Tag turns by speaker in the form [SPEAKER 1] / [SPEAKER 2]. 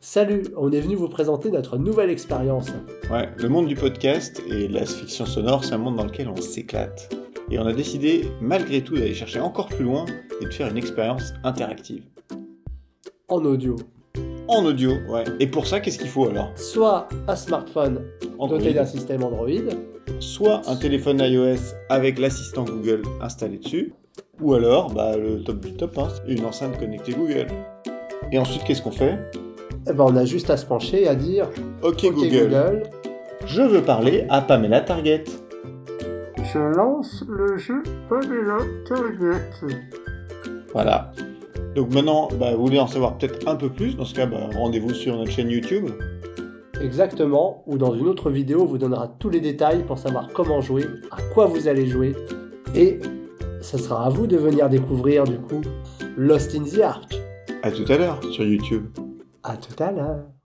[SPEAKER 1] Salut, on est venu vous présenter notre nouvelle expérience.
[SPEAKER 2] Ouais, le monde du podcast et de la fiction sonore, c'est un monde dans lequel on s'éclate. Et on a décidé, malgré tout, d'aller chercher encore plus loin et de faire une expérience interactive.
[SPEAKER 1] En audio.
[SPEAKER 2] En audio, ouais. Et pour ça, qu'est-ce qu'il faut alors
[SPEAKER 1] Soit un smartphone
[SPEAKER 2] Android,
[SPEAKER 1] doté d'un système Android, Eh
[SPEAKER 2] soit un téléphone iOS avec l'assistant Google installé dessus, ou alors, bah, le top du top, hein, une enceinte connectée Google. Et ensuite, qu'est-ce qu'on fait
[SPEAKER 1] eh ben on a juste à se pencher et à dire
[SPEAKER 2] Ok,
[SPEAKER 1] Ok
[SPEAKER 2] Google,
[SPEAKER 1] Google,
[SPEAKER 2] je veux parler à Pamela Target.
[SPEAKER 1] je lance le jeu Pamela Target.
[SPEAKER 2] Voilà. Donc maintenant, bah, vous voulez en savoir peut-être un peu plus, dans ce cas, bah, rendez-vous sur notre chaîne YouTube.
[SPEAKER 1] Exactement, ou dans une autre vidéo, on vous donnera tous les détails pour savoir comment jouer, à quoi vous allez jouer, et ça sera à vous de venir découvrir du coup Lost in the Ark.
[SPEAKER 2] À tout à l'heure sur YouTube.
[SPEAKER 1] À tout à l'heure.